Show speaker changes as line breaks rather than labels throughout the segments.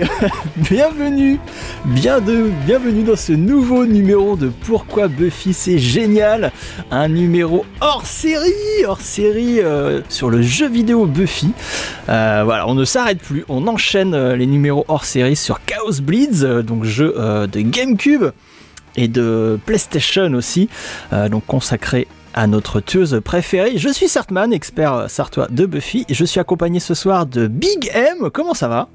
Bienvenue bien de, Bienvenue dans ce nouveau numéro de Pourquoi Buffy c'est génial Un numéro hors série Hors série euh, sur le jeu vidéo Buffy. Euh, voilà, on ne s'arrête plus, on enchaîne euh, les numéros hors série sur Chaos Bleeds, euh, donc jeu euh, de GameCube et de PlayStation aussi, euh, donc consacré à notre tueuse préférée. Je suis Sartman, expert euh, sartois de Buffy, et je suis accompagné ce soir de Big M. Comment ça va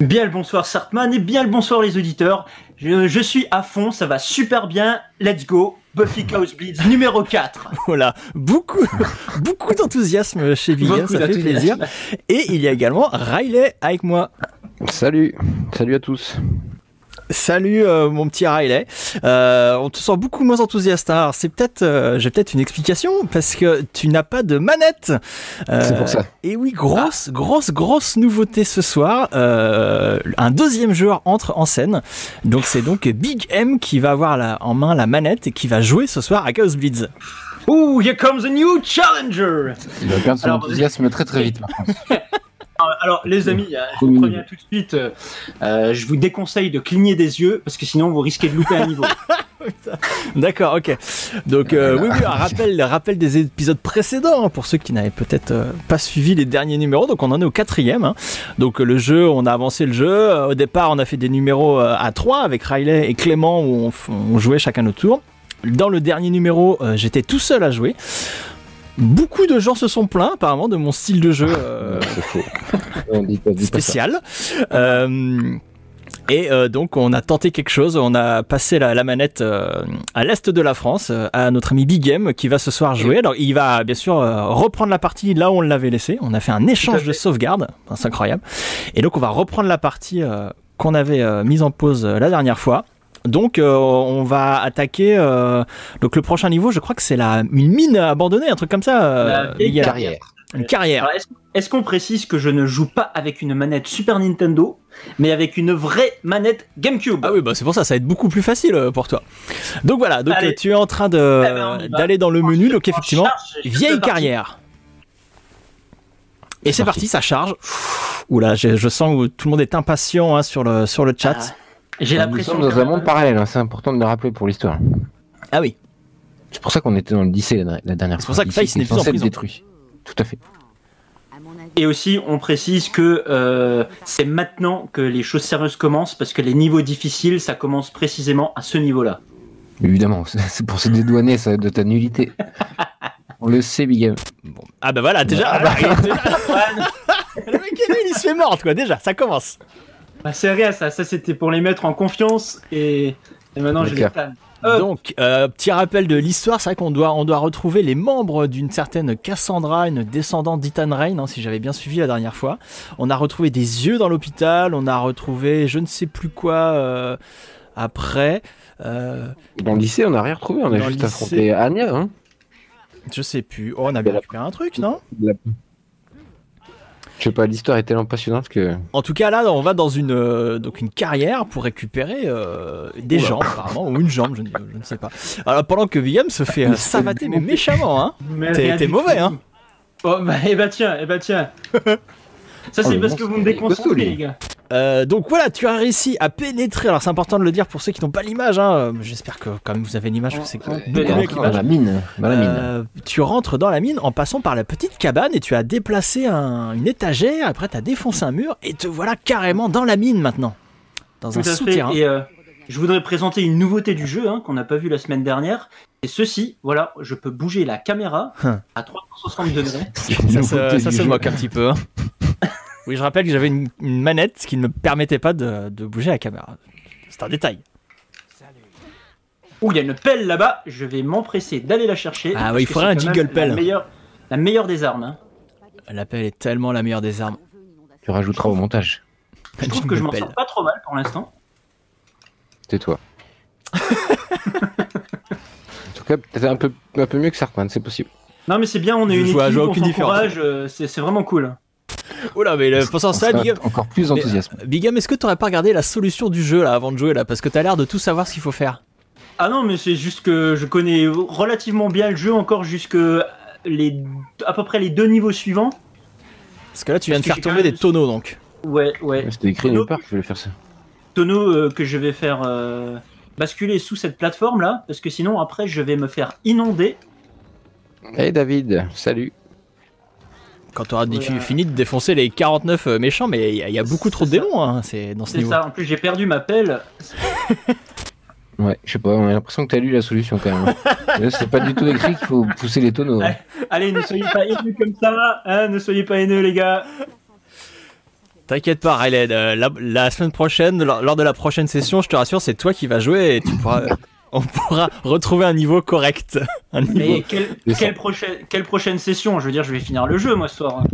Bien le bonsoir Sartman et bien le bonsoir les auditeurs. Je, je suis à fond, ça va super bien. Let's go. Buffy Chaos Bleeds numéro 4.
Voilà, beaucoup, beaucoup d'enthousiasme chez Big M,
Beaucoup
ça fait plaisir.
d'enthousiasme.
Et il y a également Riley avec moi.
Salut, salut à tous.
Salut euh, mon petit Riley. Euh, on te sent beaucoup moins enthousiaste. hein. Alors, C'est peut-être, euh, j'ai peut-être une explication parce que tu n'as pas de manette. Euh,
C'est pour ça.
Et oui, grosse, grosse, grosse nouveauté ce soir. Euh, un deuxième joueur entre en scène. Donc c'est donc Big M qui va avoir la- en main la manette et qui va jouer ce soir à Chaos Blitz.
Ouh, here comes a new challenger.
Il va perdre son
Alors,
enthousiasme très très vite. par contre.
Alors les amis, euh, je vous préviens tout de suite, euh, euh, je vous déconseille de cligner des yeux parce que sinon vous risquez de louper un niveau.
D'accord, ok. Donc euh, oui, oui, un rappel, rappel des épisodes précédents hein, pour ceux qui n'avaient peut-être euh, pas suivi les derniers numéros. Donc on en est au quatrième. hein. Donc euh, le jeu, on a avancé le jeu. Euh, Au départ, on a fait des numéros euh, à trois avec Riley et Clément où on, f- on jouait chacun notre tour. Dans le dernier numéro, euh, j'étais tout seul à jouer. Beaucoup de gens se sont plaints apparemment de mon style de jeu. euh,
Euh, C'est faux. On dit pas, dit pas ça.
spécial. Euh, et euh, donc on a tenté quelque chose, on a passé la, la manette euh, à l'est de la France euh, à notre ami Big Game qui va ce soir jouer. Alors il va bien sûr euh, reprendre la partie là où on l'avait laissée. On a fait un échange de sauvegarde, Enfin, c'est incroyable. Et donc on va reprendre la partie euh, qu'on avait euh, mise en pause euh, la dernière fois. Donc euh, on va attaquer euh, donc le prochain niveau. Je crois que c'est la une mine abandonnée, un truc comme ça. euh,
La
les
vieille
gars.
Carrière.
une carrière.
Alors, est-ce, est-ce qu'on précise que je ne joue pas avec une manette Super Nintendo, mais avec une vraie manette GameCube
Ah oui, bah c'est pour ça, ça va être beaucoup plus facile euh, pour toi. Donc voilà, donc
Allez.
euh, tu es en train de
Eh ben, on y va.
d'aller dans le menu, donc
En
effectivement,
charge, je
vieille
fais partie.
carrière. Et c'est parti, ça charge. Oula, je, je sens où tout le monde est impatient hein, sur le sur le chat.
Ah, J'ai
Ah, Nous
l'impression
sommes dans
que-
un monde parallèle, hein, c'est important de le rappeler pour l'histoire.
Ah, oui.
C'est pour ça qu'on était dans le lycée la, la dernière
C'est
fois.
pour ça que
Lycée
Faith n'est
qui
plus en
censé être
prison.
détruit. Tout à fait.
Et aussi, on précise que euh, c'est maintenant que les choses sérieuses commencent, parce que les niveaux difficiles, ça commence précisément à ce niveau-là.
Évidemment, c'est c'est pour se dédouaner ça, de ta nullité. On le sait, Big Game.
Ah bah voilà, déjà. Ah bah. le mec est nul, il se fait mordre quoi. Déjà, ça commence.
Bah, c'est rien, ça, ça c'était pour les mettre en confiance, et, et maintenant je les
D'accord.
tanne. Hop.
Donc, euh, petit rappel de l'histoire, c'est vrai qu'on doit, on doit retrouver les membres d'une certaine Cassandra, une descendante d'Ethan Rain, hein, si j'avais bien suivi la dernière fois. On a retrouvé des yeux dans l'hôpital, on a retrouvé je ne sais plus quoi euh, après. Euh,
Dans le lycée, on n'a rien retrouvé. On a
Dans le
juste
lycée.
affronté Anya. Hein.
je sais plus. Oh, on a bien récupéré un truc, non
Je sais pas, l'histoire est tellement passionnante que.
En tout cas, là, on va dans une, euh, donc une carrière pour récupérer euh, des
Oula.
jambes, apparemment, ou une jambe, je ne, je ne sais pas. Alors, pendant que William se fait euh, savater, mais méchamment, hein.
Mais
T'es-
rien
t'es
du
mauvais,
tout.
hein.
Oh, bah, eh bah tiens, eh bah tiens. ça
Oh,
c'est
le
parce que
monstre,
vous me
il est costaud,
déconcentrez,
lui.
les gars.
Euh, donc voilà, tu as réussi à pénétrer. Alors c'est important de le dire pour ceux qui n'ont pas l'image. Hein. Euh, J'espère que quand même vous avez l'image, parce que c'est quand même
Ouais,
beaucoup
Et
ouais,
mieux
ouais.
que
encore dans
l'image.
la mine. Dans la mine.
Euh, tu rentres dans la mine en passant par la petite cabane et tu as déplacé un- une étagère. Après, tu as défoncé un mur et te voilà carrément dans la mine maintenant, dans un
Tout à fait,
hein.
souterrain.
Et euh, je voudrais présenter une nouveauté du jeu hein, qu'on n'a pas vu la semaine dernière. Et ceci, voilà, je peux bouger la caméra
Hein.
à 360 degrés.
Ça, se- ça se moque un petit peu. hein. oui, je rappelle que j'avais une, une manette qui ne me permettait pas de, de bouger la caméra. C'est un détail.
Ouh, il y a une pelle là-bas. Je vais m'empresser d'aller la chercher.
Ah oui, il
parce que
faudrait
c'est
un
quand
jiggle
même
pelle.
La meilleure, la meilleure des armes. hein.
L'appel est tellement la meilleure des armes. hein.
Tu rajouteras au montage.
Je trouve que je m'en sors pas trop mal pour l'instant.
Tais-toi. en tout cas, t'as fait un peu, un peu mieux que Sarkman, c'est possible.
Non, mais c'est bien, on est
Je
une
vois- je
équipe,
vois
on
aucune
s'encourage, euh, c'est c'est vraiment cool.
Oh là, mais le- pensant à ça,
On sera
Big Up,
Encore plus enthousiasme.
Bigam, est-ce que t'aurais pas regardé la solution du jeu là avant de jouer là Parce que t'as l'air de tout savoir ce qu'il faut faire.
Ah non, mais c'est juste que je connais relativement bien le jeu encore jusque euh, les à peu près les deux niveaux suivants.
Parce que là, tu viens de faire
Parce que j'ai
tomber
quand même-
des tonneaux donc.
Ouais, ouais.
euh,
C'était écrit nulle part qu'il fallait faire ça.
tonneau euh, que je vais faire euh, basculer sous cette plateforme là, parce que sinon après je vais me faire inonder.
Hey Eh, David, salut.
Quand t'auras dit-
Voilà.
fini de défoncer les 49 méchants, mais il y, a- il y a beaucoup trop de
C'est ça.
démons hein, c'est dans ce
C'est
niveau.
ça, en plus j'ai perdu ma pelle.
Ouais, je sais pas, on a l'impression que t'as lu la solution quand même. Là, c'est pas du tout écrit qu'il faut pousser les tonneaux. hein.
Allez, ne soyez pas haineux comme ça, hein, ne soyez pas haineux les gars.
T'inquiète pas, Rayled, euh, la, la semaine prochaine, lors, lors de la prochaine session, je te rassure, c'est toi qui vas jouer et tu pourras, euh, on pourra retrouver un niveau correct. Un niveau-
Mais quelle,
Descends.
quelle prochaine, quelle prochaine session Je veux dire, je vais finir le jeu moi ce soir.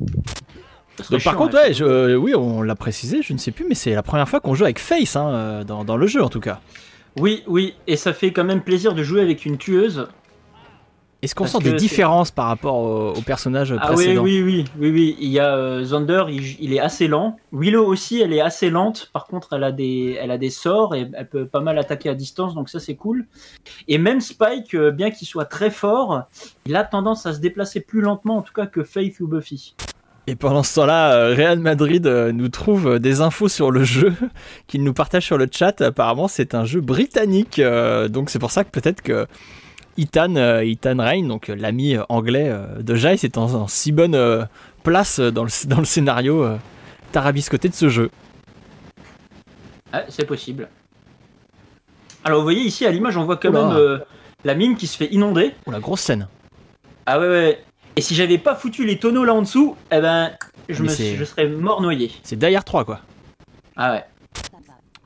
Ce serait
Donc, par
chiant,
contre,
là.
ouais, je- euh, oui, on l'a précisé, je ne sais plus, mais c'est la première fois qu'on joue avec Face hein, euh, dans, dans le jeu en tout cas.
Oui, oui, et ça fait quand même plaisir de jouer avec une tueuse.
Est-ce qu'on
Parce
sent des
que c'est-
différences par rapport au, au personnage
Ah oui,
précédent
oui, oui, oui, oui. Il y a euh, Xander, il, il est assez lent. Willow aussi, elle est assez lente. Par contre, elle a des, elle a des sorts et elle peut pas mal attaquer à distance, donc ça c'est cool. Et même Spike, euh, bien qu'il soit très fort, il a tendance à se déplacer plus lentement, en tout cas que Faith ou Buffy.
Et pendant ce temps-là, euh, Real Madrid euh, nous trouve euh, des infos sur le jeu qu'il nous partage sur le chat. Apparemment, c'est un jeu britannique, euh, donc c'est pour ça que peut-être que Ethan, euh, Ethan Ryan, donc euh, l'ami euh, anglais euh, de Jace, est en, en si bonne euh, place euh, dans le, dans le scénario euh, tarabiscoté de ce jeu.
Ah, c'est possible. Alors vous voyez ici à l'image, on voit quand
Oula.
même euh, la mine qui se fait inonder.
Oh, la grosse scène.
Ah ouais, ouais. Et si j'avais pas foutu les tonneaux là en dessous, eh ben, je,
Ah, Mais
me,
c'est-
je serais mort noyé.
C'est derrière 3, quoi.
Ah ouais.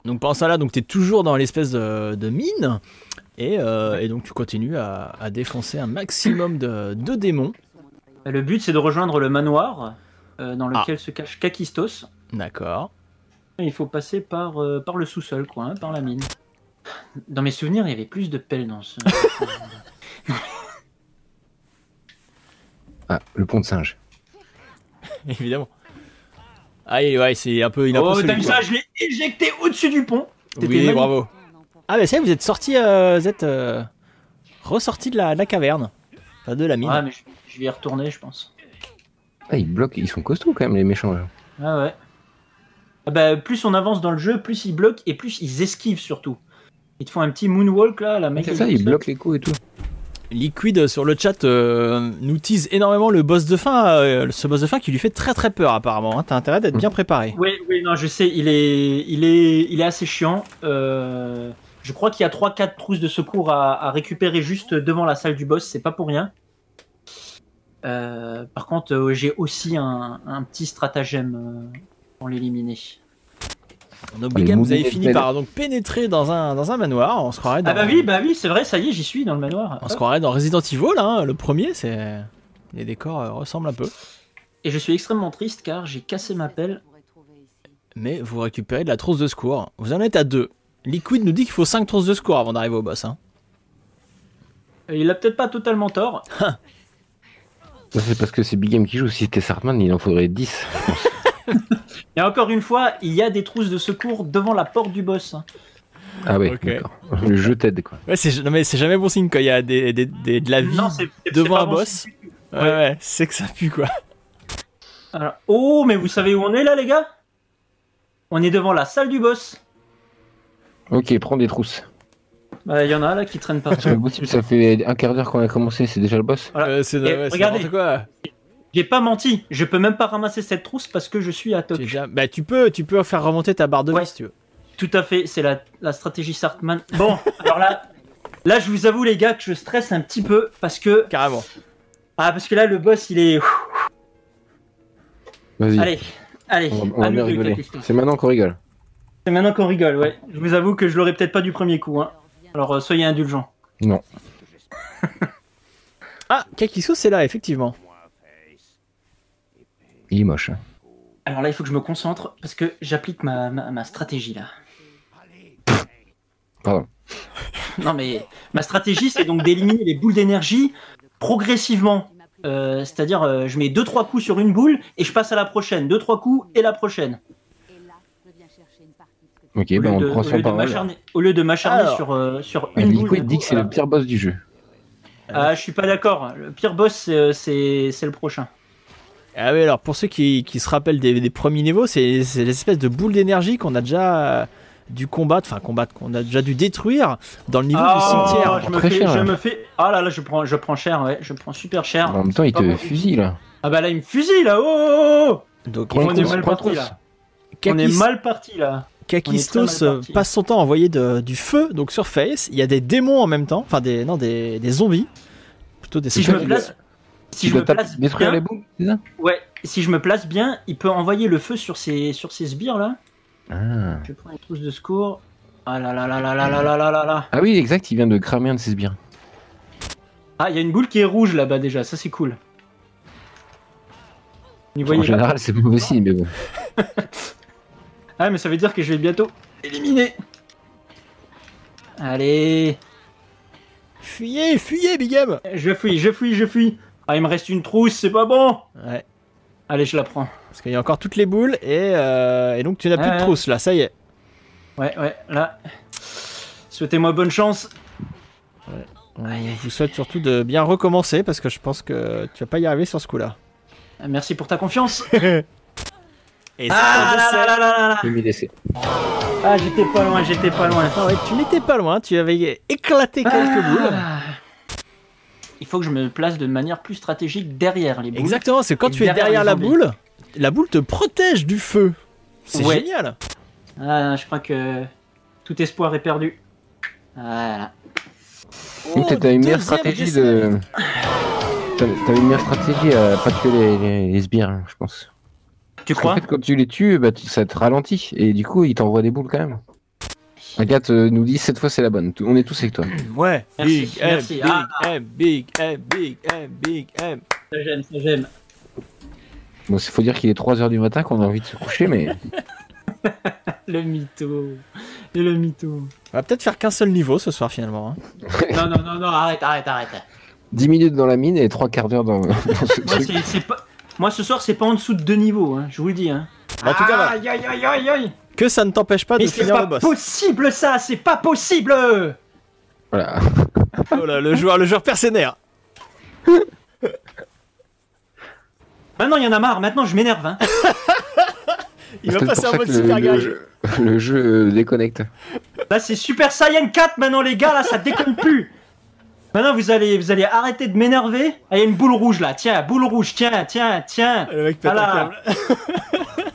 Donc pendant ça là, donc t'es toujours dans l'espèce de, de mine et, euh, et donc tu continues à, à défoncer un maximum de, de démons.
Le but, c'est de rejoindre le manoir euh, dans
Ah.
lequel se cache Kakistos.
D'accord.
Et Il faut passer par, euh, par le sous-sol, quoi, hein, par la mine. Dans mes souvenirs, il y avait plus de pelles dans ce.
Ah, le pont de singe.
Évidemment. Ah et ouais, c'est un peu il a un peu
oh,
celui,
t'as vu
quoi.
ça Je l'ai éjecté au-dessus du pont T'étais
Oui,
magnifique.
bravo. Ah bah ça, vous êtes sorti, vous êtes euh, ressorti de la, de la caverne, enfin de la mine.
Ah, mais je, je vais y retourner, je pense.
Ah, ils bloquent, ils sont costauds quand même, les méchants. Là.
Ah ouais. Ah bah, plus on avance dans le jeu, plus ils bloquent et plus ils esquivent surtout. Ils te font un petit moonwalk là, la
C'est ça, ils bloquent les coups et tout.
Liquid sur le chat euh, nous tease énormément le boss de fin, euh, ce boss de fin qui lui fait très très peur apparemment. hein. T'as intérêt
Mm.
d'être bien préparé.
Oui, oui, non, je sais, il est, il est, il est assez chiant. Euh, je crois qu'il y a 3-4 trousses de secours à, à récupérer juste devant la salle du boss, c'est pas pour rien. Euh, par contre, euh, j'ai aussi un, un petit stratagème euh, pour l'éliminer.
Donc
Les
Big Game, vous avez
mouvements
fini
de-
par donc pénétrer dans un dans un manoir. On se croirait dans
Ah bah oui, bah oui, c'est vrai, ça y est, j'y suis dans le manoir.
On se croirait dans Resident Evil, hein, le premier, c'est. Les décors euh, ressemblent un peu.
Et je suis extrêmement triste car j'ai cassé ma pelle.
Mais vous récupérez de la trousse de secours. Vous en êtes à deux. Liquid nous dit qu'il faut 5 trousses de secours avant d'arriver au boss. Hein.
Euh, Il a peut-être pas totalement tort.
Ça, c'est parce que c'est Big Game qui joue. Si c'était Sartman, il en faudrait 10.
Et encore une fois, il y a des trousses de secours devant la porte du boss.
Ah ouais,
Ok.
d'accord. Le jeu t'aide, quoi.
Ouais, c'est, non, mais c'est jamais bon signe quand il y a des, des- des- de la vie
Non, c'est- c'est
devant
pas
un
bon
boss. Ouais, ouais, c'est que ça pue quoi.
Alors, oh, mais vous savez où on est là, les gars On est devant la salle du boss.
Ok, prends des trousses.
Bah, Il y en a là qui traînent
C'est pas
partout.
possible, ça fait un quart d'heure qu'on a commencé, c'est déjà le boss.
Voilà.
Euh, c'est,
Et
ouais, c'est
regardez.
n'importe quoi.
J'ai pas menti, je peux même pas ramasser cette trousse parce que je suis à
Tu, es
toc.
déjà- bah, tu, peux, tu peux faire remonter ta barre de vie
Ouais.
si tu veux.
Tout à fait, c'est la, la stratégie Sartman. Bon, alors là, là, je vous avoue, les gars, que je stresse un petit peu parce que.
Carrément.
Ah, parce que là, le boss, il est. Ouh,
Vas-y,
Allez, allez,
on va, on va
à nous
bien
deux,
rigoler.
Kakistos.
C'est maintenant qu'on rigole.
C'est maintenant qu'on rigole, ouais. Je vous avoue que je l'aurais peut-être pas du premier coup. Hein. Alors, euh, soyez indulgents.
Ah, Kakiso, c'est là, effectivement.
Il est moche. hein.
Alors là, il faut que je me concentre parce que j'applique ma- ma- ma stratégie là.
Pardon.
Non, mais ma stratégie, c'est donc d'éliminer les boules d'énergie progressivement. Euh, C'est-à-dire, euh, je mets 2-3 coups sur une boule et je passe à la prochaine. 2-3 coups et la prochaine.
Ok,
au,
ben
lieu
on
de,
prend
au lieu
son
de
parole.
m'acharner- au lieu de m'acharner
Alors.
sur, euh, sur
Ah,
une boule.
Liquid
d'un
dit
coup,
que c'est le
voilà.
pire boss du jeu.
Ah, je suis pas d'accord. Le pire boss, c'est, euh, c'est c'est le prochain.
Ah oui, alors pour ceux qui, qui se rappellent des, des premiers niveaux, c'est, c'est l'espèce de boule d'énergie qu'on a déjà, du combat, enfin combattre qu'on a déjà dû détruire dans le niveau
Ah,
du cimetière.
Je me,
Très
fais,
cher,
je
là.
me fais. Ah là là, je prends, je prends cher, ouais. Je prends super cher.
En même temps, il te
Pardon.
fusille là.
Ah bah là, il me fusille là. Oh, oh,
Donc
oh
Prends
on est
tous,
mal
prends
parti
tous.
là. On est
Kakis-
mal parti là. on est
Kakistos
très mal
euh,
parti.
passe son temps à envoyer de- du feu donc sur Face. Il y a des démons en même temps, enfin des non des, des zombies, plutôt des
Si je
zombies.
me place. Si
tu
je
dois
me
taper-
place
détruire
bien,
les boules, c'est ça
ouais, si je me place bien, il peut envoyer le feu sur ses, sur ses sbires là.
ah.
Je prends une trousse de secours. Ah là là là là là là là là là là.
Ah oui, exact, il vient de cramer un de ses sbires.
Ah, il y a une boule qui est rouge là-bas déjà, ça c'est cool. Vous n'y
en
voyez pas
général, c'est mauvais signe, mais bon.
Ah, mais ça veut dire que je vais bientôt éliminer. Allez,
Fuyez, fuyez, Bigam.
je fuis, je fuis, je fuis. Ah, il me reste une trousse, c'est pas bon.
Ouais,
Allez, je la prends.
parce qu'il y a encore toutes les boules et, euh, et donc tu n'as plus
Ouais.
de trousse là, ça y est.
Ouais, ouais, là. Souhaitez-moi bonne chance.
Je vous souhaite surtout de bien recommencer parce que je pense que tu vas pas y arriver sur ce coup-là.
Ah, Merci pour ta confiance.
Et
Ah là là là là là là.
Je vais m'y laisser.
Ah, j'étais pas loin, j'étais pas loin.
Ah ouais, tu n'étais pas loin, tu avais éclaté quelques boules.
Ah. Il faut que je me place de manière plus stratégique derrière les boules.
Exactement, c'est quand
Et
tu es
derrière
derrière
les
la
zombies.
boule, la boule te protège du feu. C'est
Ouais.
génial.
Ah, je crois que tout espoir est perdu. Voilà. Oh,
Donc t'as- t'as une meilleure
Oh, deuxième
stratégie
essai.
de. T'as t'as une meilleure stratégie à pas tuer les, les- les sbires, hein, je pense.
Tu
En
crois
fait, quand tu les tues, bah, tu- ça te ralentit et du coup, il t'envoie des boules quand même. Agathe euh, nous dit cette fois c'est la bonne. Tout- On est tous avec toi.
Ouais.
Merci,
big M,
merci.
big
Ah.
M, big M, big M, big M.
Ça j'aime, ça j'aime.
Bon, il faut dire qu'il est 3h du matin qu'on a envie de se coucher, mais
Le mytho. Et le mytho.
On va peut-être faire qu'un seul niveau ce soir finalement. hein.
Non, non, non, non, arrête, arrête, arrête.
10 minutes dans la mine et 3 quarts d'heure dans, dans ce
Moi,
truc.
c'est, c'est pas... Moi ce soir, c'est pas en dessous de deux niveaux, hein, je vous le dis. Hein.
Bah, En tout cas, voilà.
aïe, aïe, aïe, aïe, aïe.
Que ça ne t'empêche pas
Mais
de
c'est
finir
pas
le boss.
possible ça, c'est pas possible
Voilà.
Oh là, le joueur, le joueur perd ses nerfs.
Maintenant, il y en a marre, maintenant je m'énerve. Hein.
Il va
C'est peut-être
passer
pour
en
ça
mode
que
super
le, le
garage.
jeu, le jeu, euh, déconnecte.
Là, c'est Super Saiyan 4 maintenant, les gars, là, ça déconne plus. Maintenant, vous allez, vous allez arrêter de m'énerver. Ah, il y a une boule rouge là, tiens, boule rouge, tiens, tiens, tiens.
Le mec pète un
Voilà.
câble.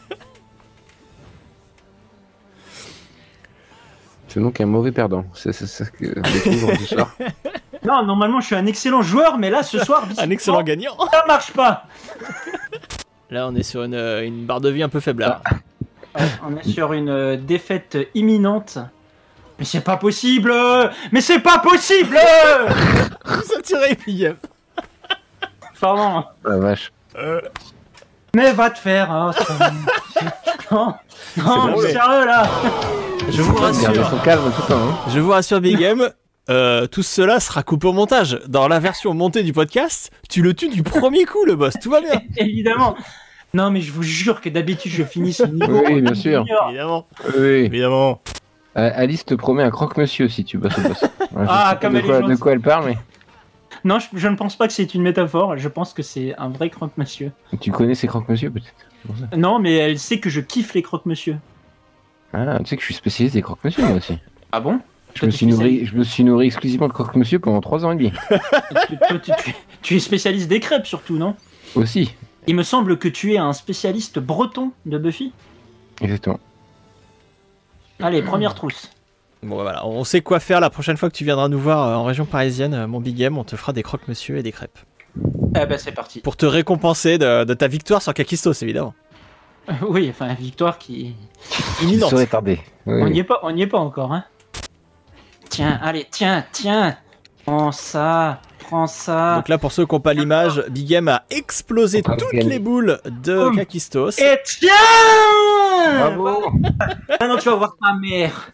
C'est donc un mauvais perdant. C'est c'est ça que on découvre ce soir.
Non, normalement, je suis un excellent joueur, mais là, ce soir,
Un excellent gagnant.
ça marche pas.
Là, on est sur une, euh, une barre de vie un peu faible. là.
On est sur une euh, défaite imminente. Mais c'est pas possible Mais c'est pas possible
Ça tirait, puis. euh,
Pardon.
La vache.
Mais va te faire hein, ça- Non, non,
drôle.
mais sérieux là
Je vous
Garder
rassure.
son calme tout le temps. hein.
Je vous rassure, Big M, euh, tout cela sera coupé au montage. Dans la version montée du podcast, tu le tues du premier coup, le boss. Tout va bien.
Évidemment Non, mais je vous jure que d'habitude, je finis ce niveau.
Oui, bien sûr.
junior.
Évidemment.
Oui.
Évidemment.
Euh, Alice te promet un croque-monsieur si tu passes au boss. Ouais, je
Ah,
sais pas
comme
de
elle est
quoi, de
gentille.
quoi elle parle, mais
Non, je, je ne pense pas que c'est une métaphore, je pense que c'est un vrai croque-monsieur.
tu connais ces croque-monsieur peut-être C'est pour ça.
Non, mais elle sait que je kiffe les croque-monsieur.
Ah, tu sais que je suis spécialiste des croque-monsieur moi aussi.
Ah bon
Je me, suis nourri, je me suis nourri exclusivement de croque-monsieur pendant 3 ans et demi.
tu, toi, tu- tu- tu es spécialiste des crêpes surtout, non
Aussi,
Il me semble que tu es un spécialiste breton de Buffy.
exactement.
Allez, première trousse.
Bon, bah, voilà. On sait quoi faire la prochaine fois que tu viendras nous voir euh, en région parisienne, euh, mon Big M. On te fera des croque-monsieur et des crêpes.
Eh ben, c'est parti.
Pour te récompenser de, de ta victoire sur Kakistos, évidemment.
Oui, enfin, victoire qui...
Il
Imminente.
serait tardé. Oui,
On
oui.
n'y est pas, on n'y est pas encore, hein. Tiens, allez, tiens, tiens. Prends ça, prends ça.
Donc là, pour ceux qui n'ont pas l'image, Big M a explosé
On va
toutes
gagner.
les boules de
Boum.
Kakistos.
Et tiens
Bravo
Maintenant, Ah tu vas voir ta mère.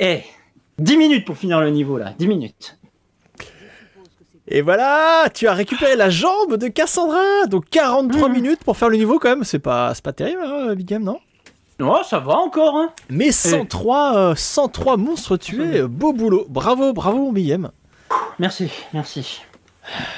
Eh, 10 minutes pour finir le niveau là, 10 minutes.
Et voilà, tu as récupéré la jambe de Cassandra. Donc 43
Mm.
minutes pour faire le niveau quand même. C'est pas, c'est pas terrible, hein, Big M, non
Non, ça va encore, hein.
Mais 103, euh, 103 monstres tués, euh, beau boulot. Bravo, bravo, mon BM.
Merci, merci.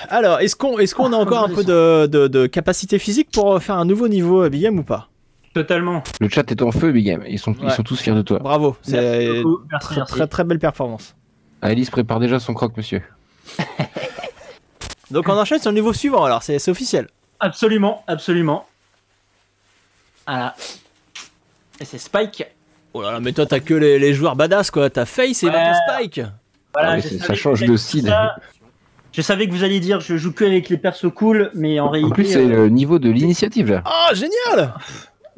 Alors, est-ce qu'on est
Ah,
qu'on a encore un peu de, de- de capacité physique pour euh, faire un nouveau niveau à Bigam ou pas
Totalement.
Le chat est en feu, Bigam. Ils sont,
Ouais.
ils sont tous fiers de toi.
Bravo, c'est euh,
Merci beaucoup. Merci,
très,
merci.
très très belle performance.
Alice prépare déjà son croque, monsieur.
Donc on enchaîne sur le niveau suivant, alors c'est c'est officiel.
Absolument, absolument. Voilà. Et c'est Spike.
Oh là là, mais toi t'as que les, les joueurs badass quoi, t'as Face et
Ouais.
maintenant Spike.
Voilà,
Ah oui,
je
c'est- ça
savais
change
que vous
de
alliez
seed.
dire ça. Je savais que vous alliez dire je joue que avec les persos cool, mais en
En
réalité.
plus, c'est
euh,
le niveau de l'initiative là.
Ah, génial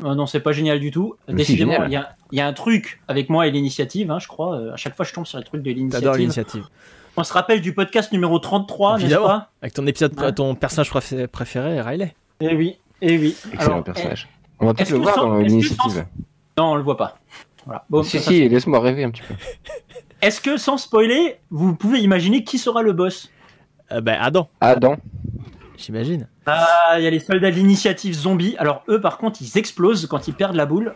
euh, non, c'est pas génial du tout.
Mais si,
Décidément,
génial.
il y a, il y a un truc avec moi et l'initiative, hein, je crois. Euh, à chaque fois, je tombe sur les trucs de
T'adores
l'initiative.
l'initiative.
On se rappelle du podcast numéro 33, n'est-ce
Évidemment.
pas
Avec ton épisode,
Ouais.
ton personnage préfé- préféré, Riley.
Eh oui, eh oui.
Excellent
Alors,
personnage. On va peut-être
est-ce
le
que
voir
sans-
dans
est-ce que
l'initiative.
eh, non, on le voit pas. Voilà. Bon,
Si,
ça, ça-
si, laisse-moi rêver un petit peu.
Est-ce que, sans spoiler, vous pouvez imaginer qui sera le boss
Euh, ben Adam,
Adam.
j'imagine.
Ah, il y a les soldats de l'initiative zombie. Alors eux, par contre, ils explosent quand ils perdent la boule.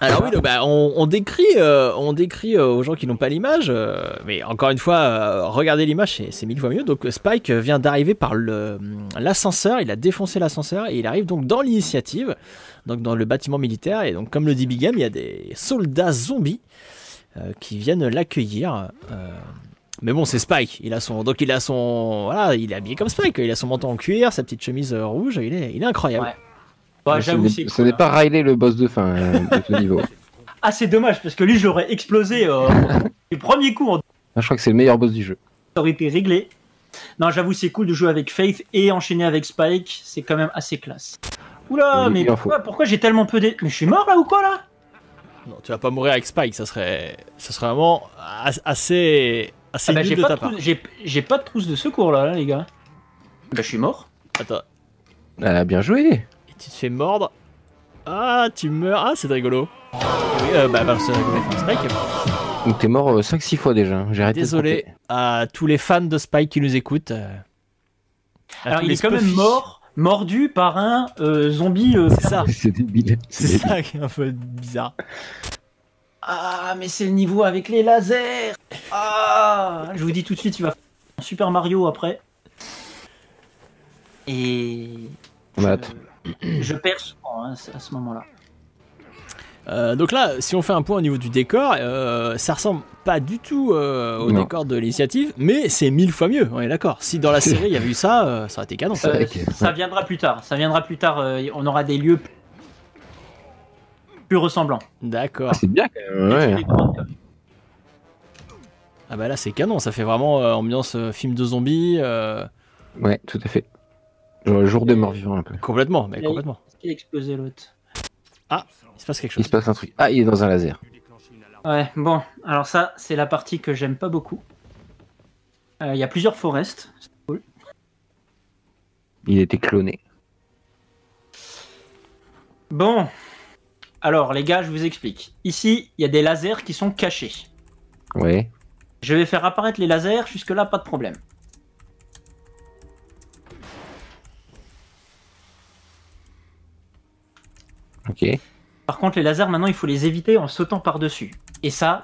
Alors oui, donc, bah, on, on décrit, euh, on décrit euh, aux gens qui n'ont pas l'image, euh, mais encore une fois, euh, regardez l'image, c'est- c'est mille fois mieux. Donc euh, Spike euh, vient d'arriver par le- l'ascenseur, il a défoncé l'ascenseur et il arrive donc dans l'initiative, donc dans le bâtiment militaire. Et donc comme le dit Bigam, il y a des soldats zombies euh, qui viennent l'accueillir. euh, mais bon, c'est Spike. Il a son, donc il a son, voilà, il est habillé comme Spike. Il a son manteau en cuir, sa petite chemise euh, rouge. Il est, il est incroyable.
Ouais. Bah,
Mais ce
j'avoue,
n'est-
c'est hein.
Ce n'est pas Riley le boss de fin euh, de ce niveau.
ah, c'est dommage parce que lui, je l'aurais explosé euh, du premier coup. Ça
Ah, Je crois que c'est le meilleur boss du jeu.
aurait été réglé. Non, j'avoue, c'est cool de jouer avec Faith et enchaîner avec Spike. C'est quand même assez classe. Oula,
Oui,
mais
il en
pourquoi, pourquoi j'ai tellement peu de... Mais je suis mort là ou quoi là
Non, tu vas pas mourir avec Spike, ça serait, ça serait vraiment as- assez, assez
Ah, bah,
nul
J'ai
de
pas,
ta
de
part.
trousse- j'ai- j'ai pas de trousse de secours là, là, les gars. Bah, je suis mort.
Attends,
Ah, bien joué.
et tu te fais mordre. Ah, tu meurs. Ah, c'est rigolo. Oui, euh, bah, bah, c'est rigolo. Enfin, Spike est mort.
Donc t'es mort 5-6 fois déjà. hein. J'ai arrêté. de
Désolé
compter.
à tous les fans de Spike qui nous écoutent. euh, à
Alors
tous
il
les
est quand même
Spuffy.
mort, mordu par un euh, zombie. euh,
C'est ça.
C'est débile.
C'est
C'est débile.
ça qui est un peu bizarre.
Ah, mais c'est le niveau avec les lasers Ah Je vous dis tout de suite, il va faire un Super Mario après. Et.
On a hâte.
Je, je perds souvent hein, à ce moment-là.
Euh, donc là, si on fait un point au niveau du décor, euh, ça ressemble pas du tout euh, au
Non.
décor de l'initiative, mais c'est mille fois mieux. On est d'accord. Si dans la série il y avait eu ça, euh, ça aurait été canon.
Ça-
Euh,
Ah, ok.
ça viendra plus tard. Ça viendra plus tard. euh, on aura des lieux plus- plus ressemblants.
D'accord.
Ah, c'est bien quand même. Ouais.
Ah bah là c'est canon, ça fait vraiment euh, ambiance euh, film de zombies euh,
Ouais, tout à fait. Genre le jour de mort vivant un peu.
complètement, mais
Oui.
complètement.
Est-ce qu'il a explosé l'autre
Il se passe quelque
Il
chose.
se passe un truc. Ah, il est dans un laser.
Ouais, bon, alors ça, c'est la partie que j'aime pas beaucoup. Euh, Il y a plusieurs forests.
Il était cloné.
Bon, alors les gars, je vous explique. Ici, il y a des lasers qui sont cachés.
Ouais.
Je vais faire apparaître les lasers, jusque-là, pas de problème.
Ok.
Par contre, les lasers, maintenant, il faut les éviter en sautant par-dessus. Et ça,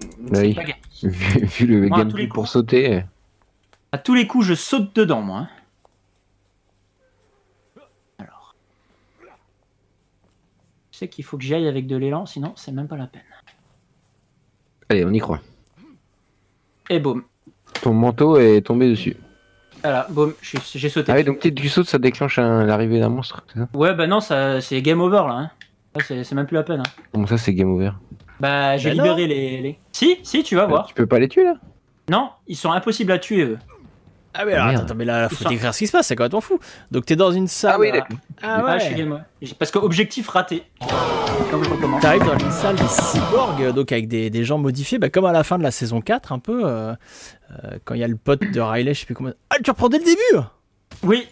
c'est
Bah Oui.
pas gagné.
Vu, vu le
Moi, à tous
gameplay
les
pour
coups.
sauter. euh,
À tous les coups, je saute dedans, moi. hein. Alors. Je sais qu'il faut que j'y aille avec de l'élan, sinon, c'est même pas la peine.
Allez, on y croit.
Et boum.
Ton manteau est tombé dessus.
Voilà, boum, je suis- j'ai sauté.
Ah oui, donc peut-être tu sautes, ça déclenche un- l'arrivée d'un monstre. c'est ça
Ouais, bah non, ça, c'est game over là. hein. Là, c'est c'est même plus la peine. hein.
Bon, ça c'est game over.
Bah, j'ai
Bah non. Bah
libéré les, les- Si, si, tu vas
Euh,
voir.
tu peux pas les tuer là
Non, ils sont impossibles à tuer, eux.
Ah mais alors,
Merde.
attends, attends, mais là
Il
faut
sort.
décrire ce qui se passe, c'est complètement fou. Donc t'es dans une salle.
oui,
euh, ah
Ah, je suis
ouais.
game, ouais. Parce que objectif raté. Donc, je recommence.
T'arrives dans une salle des cyborgs, euh, donc avec des, des gens modifiés, bah, comme à la fin de la saison 4 un peu, euh, euh, quand il y a le pote de Riley, je sais plus comment... Ah tu reprends dès le début
Oui.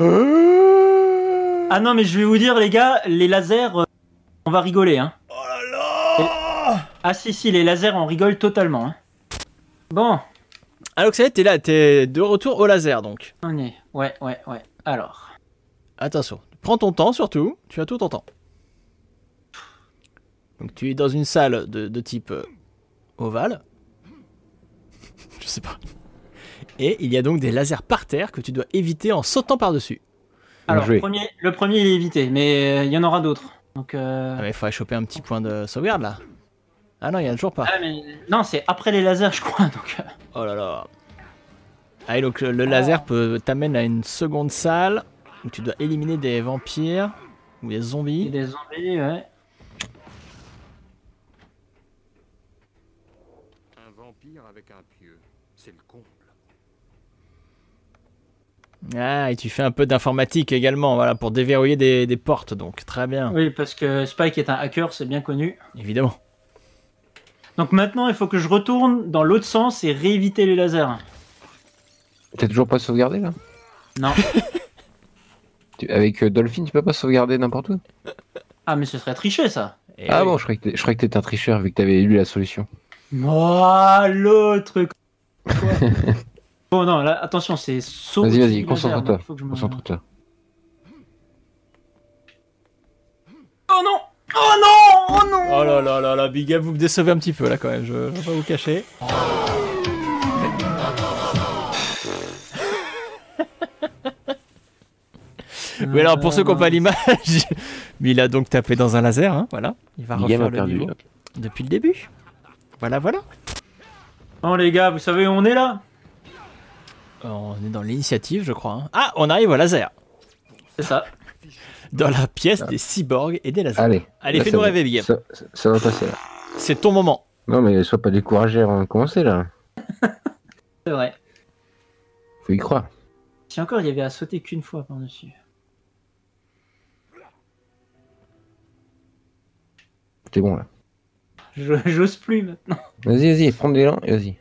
Euh.
Ah non, mais je vais vous dire, les gars, les lasers, euh, on va rigoler. Hein.
Oh là là
Ah si, si, les lasers, on rigole totalement. hein. Bon,
Alors que Ah, ça y est, t'es là, t'es de retour au laser donc.
on y est. Ouais, ouais, ouais. Alors.
Attention, prends ton temps surtout, tu as tout ton temps. Donc tu es dans une salle de, de type euh, ovale. Je sais pas. Et il y a donc des lasers par terre que tu dois éviter en sautant par-dessus.
Alors,
joué.
le premier, le premier, il est évité, mais euh, il y en aura d'autres. Donc, euh,
Ah, mais il faudrait choper un petit point de sauvegarde là. Ah non, il y en a toujours pas.
ah, mais- Non, c'est après les lasers, je crois. Donc, euh,
Oh là là. Ah, et donc le, le laser peut t'amène à une seconde salle où tu dois éliminer des vampires ou des
il y a
zombies.
des zombies, ouais.
Un vampire avec un pieu, c'est le comble.
Ah, et tu fais un peu d'informatique également, voilà, pour déverrouiller des, des portes, donc très bien,
Oui, parce que Spike est un hacker, c'est bien connu.
évidemment.
Donc maintenant, il faut que je retourne dans l'autre sens et rééviter les lasers.
T'as toujours pas sauvegardé là
Non.
Tu- Avec euh, Dolphin, tu peux pas sauvegarder n'importe où
Ah, mais ce serait tricher, ça.
Et
Ah
Eh oui.
bon, je croyais que t'es- je croyais que t'étais un tricheur vu que t'avais lu la solution.
Oh, l'autre. quoi. bon, non, là, attention, c'est saut.
Vas-y, vas-y,
laser,
concentre-toi,
donc il faut
Hmm.
que je me-
Concentre-toi.
Oh non Oh non Oh non
Oh là là là là, Big Up, vous me décevez un petit peu là quand même, je je vais pas vous cacher. Mais alors pour ceux
Euh,
qui n'ont pas l'image, mais il a donc tapé dans un laser, hein, voilà. Il va
Guillaume
refaire
a
le
perdu.
niveau depuis le début. Voilà, voilà.
Bon, Oh, les gars, vous savez où on est là
Euh, On est dans l'initiative, je crois. hein. Ah, on arrive au laser.
C'est ça.
Dans la pièce des cyborgs et des lasers.
Allez.
Allez,
là,
fais-nous
ça va-
rêver, Big Game.
Ça, ça- ça va passer là.
C'est ton moment.
Non, mais sois pas découragé avant de commencer là.
C'est vrai.
Faut y croire.
Si encore, il y avait à sauter qu'une fois par-dessus.
T'es bon là.
Je- J'ose plus maintenant.
Vas-y, vas-y, prends de l'élan et vas-y.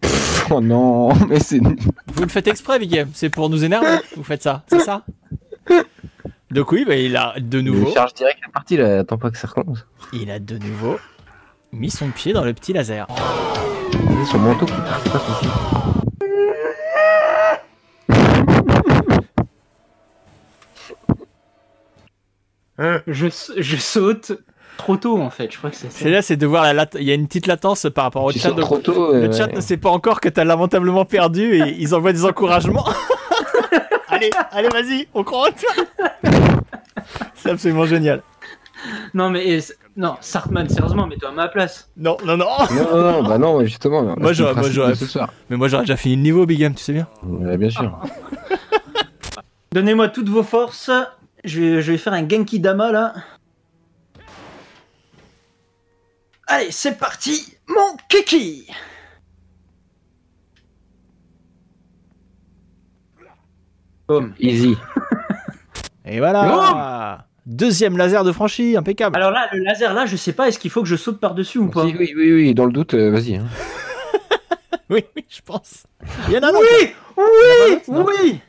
Pff, Oh non, mais c'est nul.
Vous le faites exprès, Big Game. C'est pour nous énerver. Vous faites ça, c'est ça Donc oui, bah, il a de nouveau,
Il charge direct la partie là, attends pas que ça recommence.
il a de nouveau mis son pied dans le petit laser.
Vas-y, son manteau qui part, c'est pas son pied.
Je, je saute trop tôt, en fait. Je crois que c'est ça.
C'est là, c'est de voir la lat- Il y a une petite latence par rapport au
Tu
chat.
sautes
donc
trop tôt.
Oh, le
euh,
chat ne sait pas encore que t'as lamentablement perdu et ils envoient des encouragements. allez, allez, vas-y, on croit en toi. C'est absolument génial.
Non, mais... et c'est- Non, Sartman, sérieusement, mets-toi à ma place.
Non, non, non.
Non, non, non, bah non, justement. non,
Moi,
c'est
j'aurais-
le
moi,
principe
j'aurais-
de Ce soir.
Mais moi j'aurais déjà fini le niveau, Big Game, tu sais bien.
Euh, bien sûr.
Donnez-moi toutes vos forces. Je vais, je vais faire un Genki Dama, là. Allez, c'est parti Mon kiki Boum.
Easy.
Et voilà Deuxième laser de franchi, impeccable.
Alors là, le laser, là, je sais pas, est-ce qu'il faut que je saute par-dessus ou pas
Si, oui, oui, oui, dans le doute, euh, vas-y. hein.
oui, oui, je pense. Il y en a un autre.
Oui Oui
Non.
Oui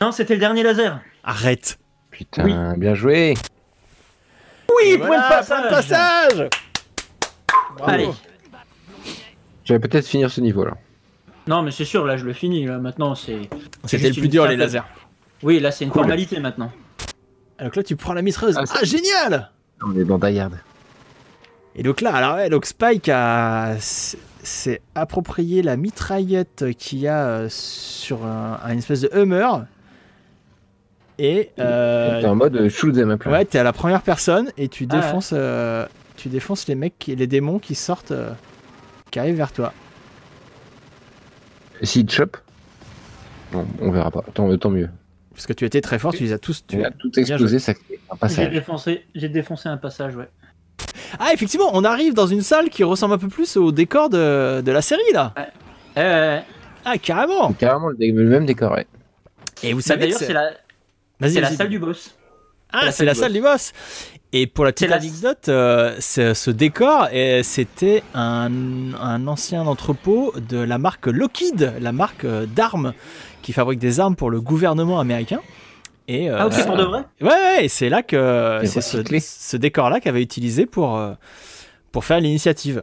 Non, c'était le dernier laser.
Arrête
Putain, bien joué.
Oui,
Et voilà, point de passage Bravo.
Allez.
Je vais peut-être finir ce niveau là.
Non, mais c'est sûr, là, je le finis. Là, maintenant, c'est...
C'était le
juste
plus
une
dur, les
simple-
lasers.
Oui, là, c'est une
Cool.
formalité, maintenant.
Donc là, tu prends la mitrailleuse. Ah,
Ah, c'est-
génial
On est dans Die Hard.
Et donc là, alors ouais, donc Spike a s'est approprié la mitraillette qu'il y a euh, sur un, un espèce de Hummer. Et euh,
T'es en mode euh, shoot them up là.
Ouais, t'es à la première personne et tu
Ah ouais.
défonces, euh, tu défonces les mecs, qui- les démons qui sortent, euh, qui arrivent vers toi.
Et S'il te chope Bon, on verra pas. Tant, tant mieux.
Parce que tu étais très fort, tu les as tous
Tu
tués.
as tout explosé, ça crée un
J'ai
passage.
défoncé, j'ai défoncé un passage, ouais.
Ah, effectivement, on arrive dans une salle qui ressemble un peu plus au décor de, de la série là.
Eh, ouais, ouais.
Ah, carrément.
C'est carrément le, dé- le même décor, ouais.
Et vous
Mais
savez que
D'ailleurs,
c'est
c'est la,
Vas-y,
c'est la
vas-y.
salle du boss.
Ah, c'est la salle du boss. Et pour la petite
C'est la-
anecdote, euh, ce, ce décor, euh, c'était un, un ancien entrepôt de la marque Lockheed, la marque euh, d'armes qui fabrique des armes pour le gouvernement américain. Et, euh,
Ah, ok, pour de vrai
Ouais, ouais, et c'est là que
Et
c'est ce,
recyclé.
ce décor-là qu'avait utilisé pour, euh, pour faire l'initiative.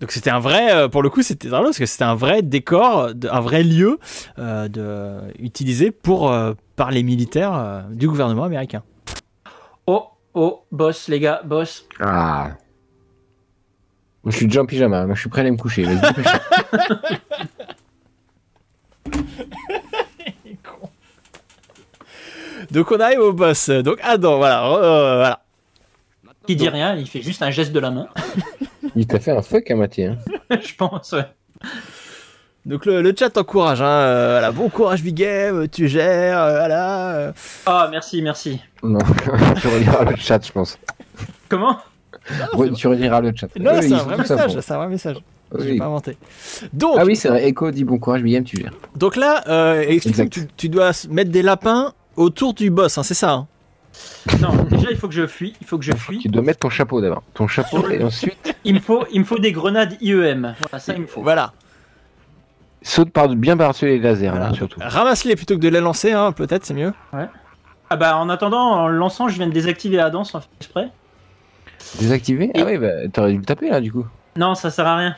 Donc c'était un vrai, euh, pour le coup, c'était drôle parce que c'était un vrai décor, de- un vrai lieu euh, de, utilisé pour, euh, par les militaires euh, du gouvernement américain.
Oh, oh, boss, les gars, boss.
Ah. Moi, je suis déjà en pyjama. Moi, je suis prêt à aller me coucher. Vas-y, dépêche-toi.
Donc on arrive au boss. Donc Adam, voilà, euh, voilà.
Maintenant,
Qui dit rien, il fait juste un geste de la main,
Il t'a fait un fuck à Mathé. Hein.
je pense. ouais.
Donc le, le chat t'encourage, hein, euh, voilà, bon courage Big Game, tu gères, euh, voilà. euh.
Ah, merci, merci.
Non, tu reliras le chat, je pense.
Comment
Re- tu reliras le chat.
Non,
Eux,
Euh, c'est
ils
un
font
vrai
tout ça
message,
pour-
c'est un vrai message, j'ai
Oui.
pas inventé. Donc,
Ah oui, c'est vrai. Echo dit bon courage, William, tu gères.
donc là, euh, explique
Exact.
tu, tu dois s- mettre des lapins autour du boss, hein, c'est ça hein.
Non, déjà, il faut que je fuis, il faut que je fuis.
Tu dois mettre ton chapeau d'abord. Ton chapeau et ensuite
Il me faut, il me faut des grenades IEM. Voilà, ça, il me faut.
Voilà,
saute par bien par-dessus les lasers,
Voilà.
hein, surtout.
ramasse-les plutôt que de les lancer, hein, peut-être c'est mieux.
Ah bah, en attendant, en le lançant, je viens de désactiver la danse, en fait, exprès.
Désactiver Ah oui, bah, t'aurais dû le taper là, du coup.
Non, ça sert à rien.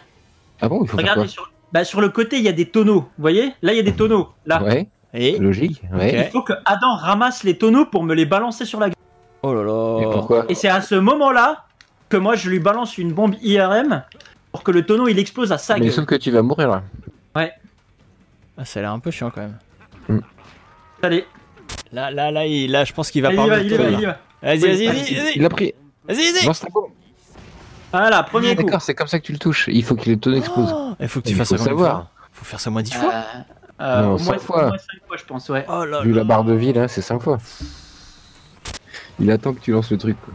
Ah bon, il faut
Regardez, sur, bah, sur le côté, il y a des tonneaux. Vous voyez Là, il y a des tonneaux. Là.
faire quoi Ouais,
Et
logique. Ouais.
Ok.
Il faut que Adam ramasse les tonneaux pour me les balancer sur la gueule.
oh là là.
Et pourquoi
Et c'est à ce moment-là que moi, je lui balance une bombe IRM pour que le tonneau, il explose à sa
Mais
gueule.
sauf que tu vas mourir là.
Ah, ça a l'air un peu chiant quand même.
Allez,
Là, là, là, il, là, je pense qu'il va
il y
pas.
va,
remonter,
il y va,
là.
il y va.
Vas-y,
Oui,
vas-y,
allez,
vas-y, vas-y,
Il a pris.
vas-y, vas-y.
Lance ta bombe.
Voilà, premier coup.
Ah, D'accord, c'est comme ça que tu le touches. Il faut que les tonneaux explosent.
Oh, Il faut que tu
Il faut
fasses ça. combien de
savoir.
fois Faut faire ça au moins 10
Euh,
fois.
euh,
Non,
au
cinq
moins 5
fois.
fois. fois, je pense, ouais.
Oh là
Vu
là.
la barre de vie là, c'est 5 fois. Il attend que tu lances le truc. Quoi.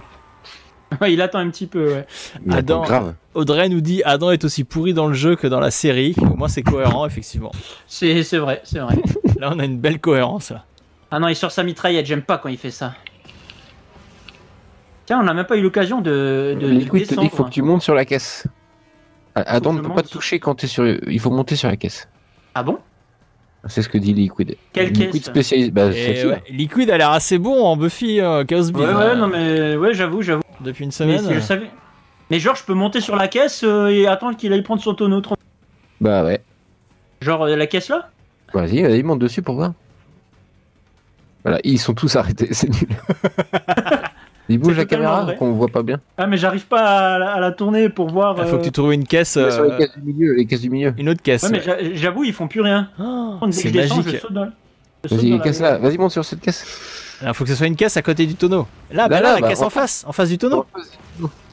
Ouais, il attend un petit peu, ouais.
Il
Adam.
attend grave.
Audrey nous dit Adam est aussi pourri dans le jeu que dans la série. Au moins c'est cohérent effectivement.
C'est c'est vrai, c'est vrai.
Là on a une belle cohérence là.
Ah non, il sort sa mitraillette, j'aime pas quand il fait ça. Tiens, on n'a même pas eu l'occasion de, de, de
Liquid te dit
descendre.
faut que tu montes sur la caisse. Ah, Adam
que
ne
je
peut
monte
pas te
sur-
toucher quand t'es sur. Il faut monter sur la caisse.
Ah bon
C'est ce que dit Liquid.
Quelle
Liquid
caisse
spécialiste. Bah,
Et
celle-ci, là.
Eh ouais, Liquid a l'air assez bon en Buffy euh, Chaos
Ouais,
Beat,
ouais,
euh,
non mais... Ouais, j'avoue, j'avoue.
depuis une
Mais
semaine.
si je savais... Mais genre, je peux monter sur la caisse euh, et attendre qu'il aille prendre son tonneau. tron-
Bah ouais.
Genre, euh, la caisse là
Vas-y, vas-y, monte dessus pour voir. Voilà, ils sont tous arrêtés, c'est nul. Il bouge la
totalement
caméra
vrai.
qu'on voit pas bien.
Ah, mais j'arrive pas à, la- à la tourner pour voir...
Ah,
Il faut que
euh,
tu trouves une caisse,
Il va sur les
euh,
caisses du milieu, les caisses du milieu.
une autre caisse.
Ouais, mais j'a- j'avoue, ils font plus rien.
Oh,
Dès que
c'est
je descends,
magique.
je saute dans- je saute
Vas-y,
dans
les
la-
caisses là, vas-y, monte sur cette caisse.
Il faut que ce soit une caisse à côté du tonneau. Là,
Là,
bah là,
là,
la
bah,
caisse en
reprends.
face, en face du tonneau.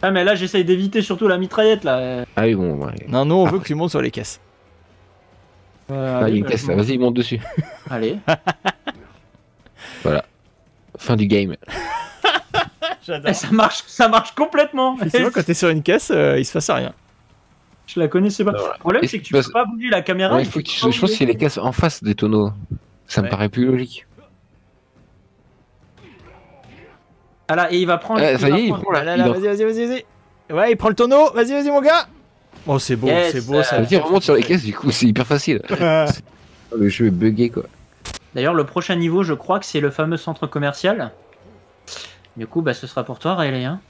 Ah, mais là, j'essaye d'éviter surtout la mitraillette là. Euh,
Ah oui, bon, ouais.
Non, nous on veut que tu montes sur les caisses.
Ah, il y a
allez,
une
bah,
caisse
je
là,
monte.
vas-y, Ah, monte dessus.
Allez.
Fin du game.
Eh,
J'adore.
ça marche, ça marche complètement.
Effectivement, quand t'es sur une caisse, euh, il se passe rien.
Je la connaissais
Ah,
pas. Le problème, c'est que tu peux
Parce-
pas bouger la
Ah,
caméra.
bah, Ouais, il
et
faut que
tu
tu-
peux pas
je pense
bouger.
qu'il y a les caisses en face des tonneaux. Ça
Ouais.
me paraît plus logique.
Ah là, et il va prendre.
Ah,
il
ça
va
y est, il
prendre-
prend là.
Bah Là, là, là,
il en-
vas-y, vas-y, vas-y, vas-y. Ouais, il prend le tonneau. Vas-y, vas-y, mon gars. Oh, c'est beau,
Yes,
c'est beau ça.
euh,
Vas-y, remonte sur les caisses, du coup, c'est hyper facile. Le jeu est bugué, quoi.
D'ailleurs, le prochain niveau, je crois que c'est le fameux centre commercial. Du coup, bah, ce sera pour toi, Riley. Hein.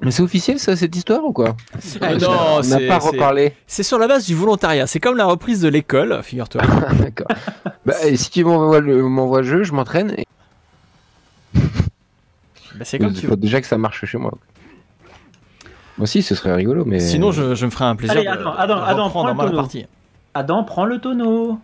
Mais c'est officiel, ça, cette histoire, ou quoi
Ah
Parce
non,
qu'on
c'est-
n'a pas
c'est-
reparlé.
C'est sur la base du volontariat. C'est comme la reprise de l'école, figure-toi.
D'accord. Bah, et si tu m'envoies le, m'envoies le jeu, je m'entraîne. Et...
Bah, c'est comme
il
tu
faut
veux.
déjà que ça marche chez moi. Moi aussi, ce serait rigolo, mais.
Sinon, je, je me ferai un plaisir
Allez,
de,
attends,
de
attends, attends, prends
reprendre
le
en main la
tonneau.
partie.
Adam, prends le tonneau.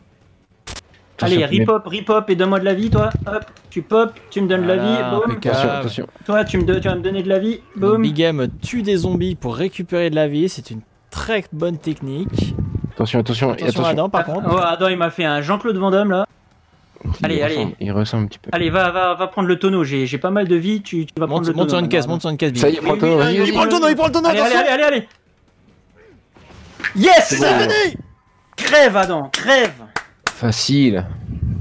Attention,
Allez,
mais-
rip-hop, rip-hop et donne-moi de la vie, toi. Hop, tu pop, tu me donnes de
Voilà,
la vie. Boum.
impeccable.
Attention, attention.
Toi, tu, me don- tu vas me donner de la vie.
Donc,
Boum.
Big Game tue des zombies pour récupérer de la vie. C'est une très bonne technique.
Attention,
Attention,
attention, attention.
à Adam, par contre.
Oh, Adam, il m'a fait un Jean-Claude Van Damme là.
Il
Allez,
ressemble-
allez.
Il ressemble un petit peu.
Ah,
Allez, va, va, va prendre le tonneau. J'ai j'ai pas mal de vie. Tu, tu vas prendre
Monte,
le
monte
tonneau.
sur une caisse,
maintenant,
monte sur une caisse. Big
Ça y
Game.
est, prends
Oui,
ton.
oui,
vas-y,
oui,
Il
vas-y.
prend le tonneau, il prend le tonneau.
Allez, allez,
attention.
allez, allez, allez. Yes
C'est bon.
Allez. Crève, Adam, crève
Facile.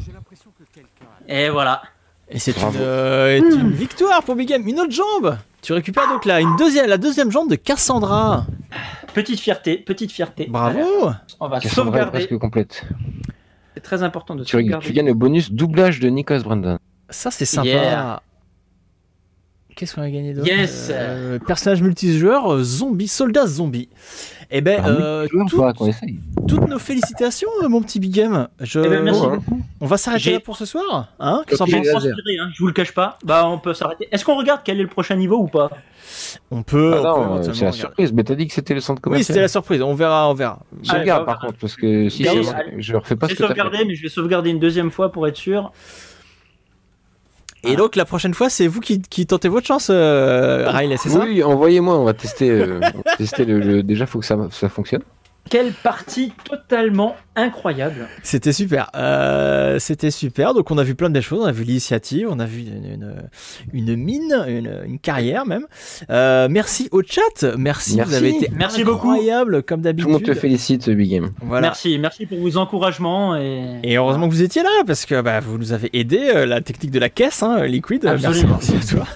J'ai l'impression que quelqu'un a
Et voilà.
Et c'est une,
Bravo.
euh, est
Hmm.
une victoire pour Big Game. Une autre jambe. Tu récupères donc la, une deuxième, la deuxième jambe de Cassandra.
Petite fierté, petite fierté.
Bravo.
On va
Cassandra est
sauvegarder.
presque complète.
C'est très important de
Tu, reg-
sauvegarder.
tu gagnes le bonus doublage de Nicolas Brandon.
Ça, c'est sympa.
Yeah.
Qu'est-ce qu'on a gagné d'autre
Yes.
Euh, Personnage multijoueur, euh, zombie, soldat zombie. Eh ben,
Ah,
euh,
Tu vois,
tout-
faudra qu'on essaye.
toutes nos félicitations, euh, mon petit Big Game. Je-
Eh ben, merci
Ouais, hein.
beaucoup.
On va s'arrêter
J'ai-
là pour ce soir hein Qu'est-ce que t'en
J'ai
penses
transpiré, hein, je vous le cache pas. Bah, on peut s'arrêter. Est-ce qu'on regarde quel est le prochain niveau ou pas
On peut.
Ah
on peut
non, euh,
éventuellement
c'est la
regarder.
surprise, mais t'as dit que c'était le centre
Oui,
commercial.
c'était la surprise. On verra, on verra.
Je
Ah,
regarde
bah,
par contre, parce que si
Allez,
c'est-
allez.
je refais pas
J'ai
ce que t'as fait.
sauvegardé, mais je vais sauvegarder une deuxième fois pour être sûr.
Et donc la prochaine fois, c'est vous qui, qui tentez votre chance, euh, Riley, c'est ça
Oui, envoyez-moi, on va tester. euh, on va tester le, le- Déjà, faut que ça, ça fonctionne.
Quelle partie totalement incroyable.
C'était super. Euh, C'était super. Donc on a vu plein de belles choses. On a vu l'initiative, on a vu une, une- une mine, une, une carrière même. Euh, merci au chat. Merci,
Merci.
vous avez été
Merci beaucoup.
incroyable comme
Tout le monde te
d'habitude.
félicite, Big Game.
Voilà.
Merci, merci pour vos encouragements. Et...
Et heureusement que vous étiez là parce que bah, vous nous avez aidé euh, la technique de la caisse, hein, liquide.
Absolument.
Merci, merci à toi.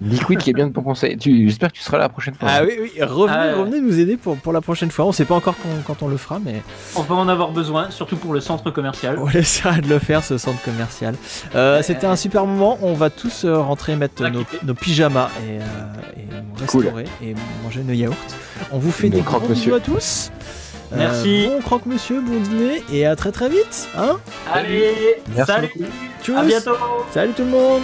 Liquid qui est bien de ton conseil. Tu- J'espère que tu seras là la prochaine fois.
Ah oui, oui. Revenez,
Ah ouais.
revenez nous aider pour, pour la prochaine fois. On sait pas encore quand, quand on le fera, mais
On va en avoir besoin, surtout pour le centre commercial.
On essaiera de le faire ce centre commercial. Euh, C'était un super moment. On va tous euh, rentrer mettre
On a
nos,
kiffé.
nos pyjamas et, euh, et nous
Cool.
restaurer et manger nos yaourts. On vous fait
Bon
des grands bisous
croque-monsieur.
à tous. Euh,
Merci.
bon croque-monsieur, bon dîner et à très très vite. Hein
Allez,
Merci
salut,
Tchuss.
à bientôt.
Salut tout le monde.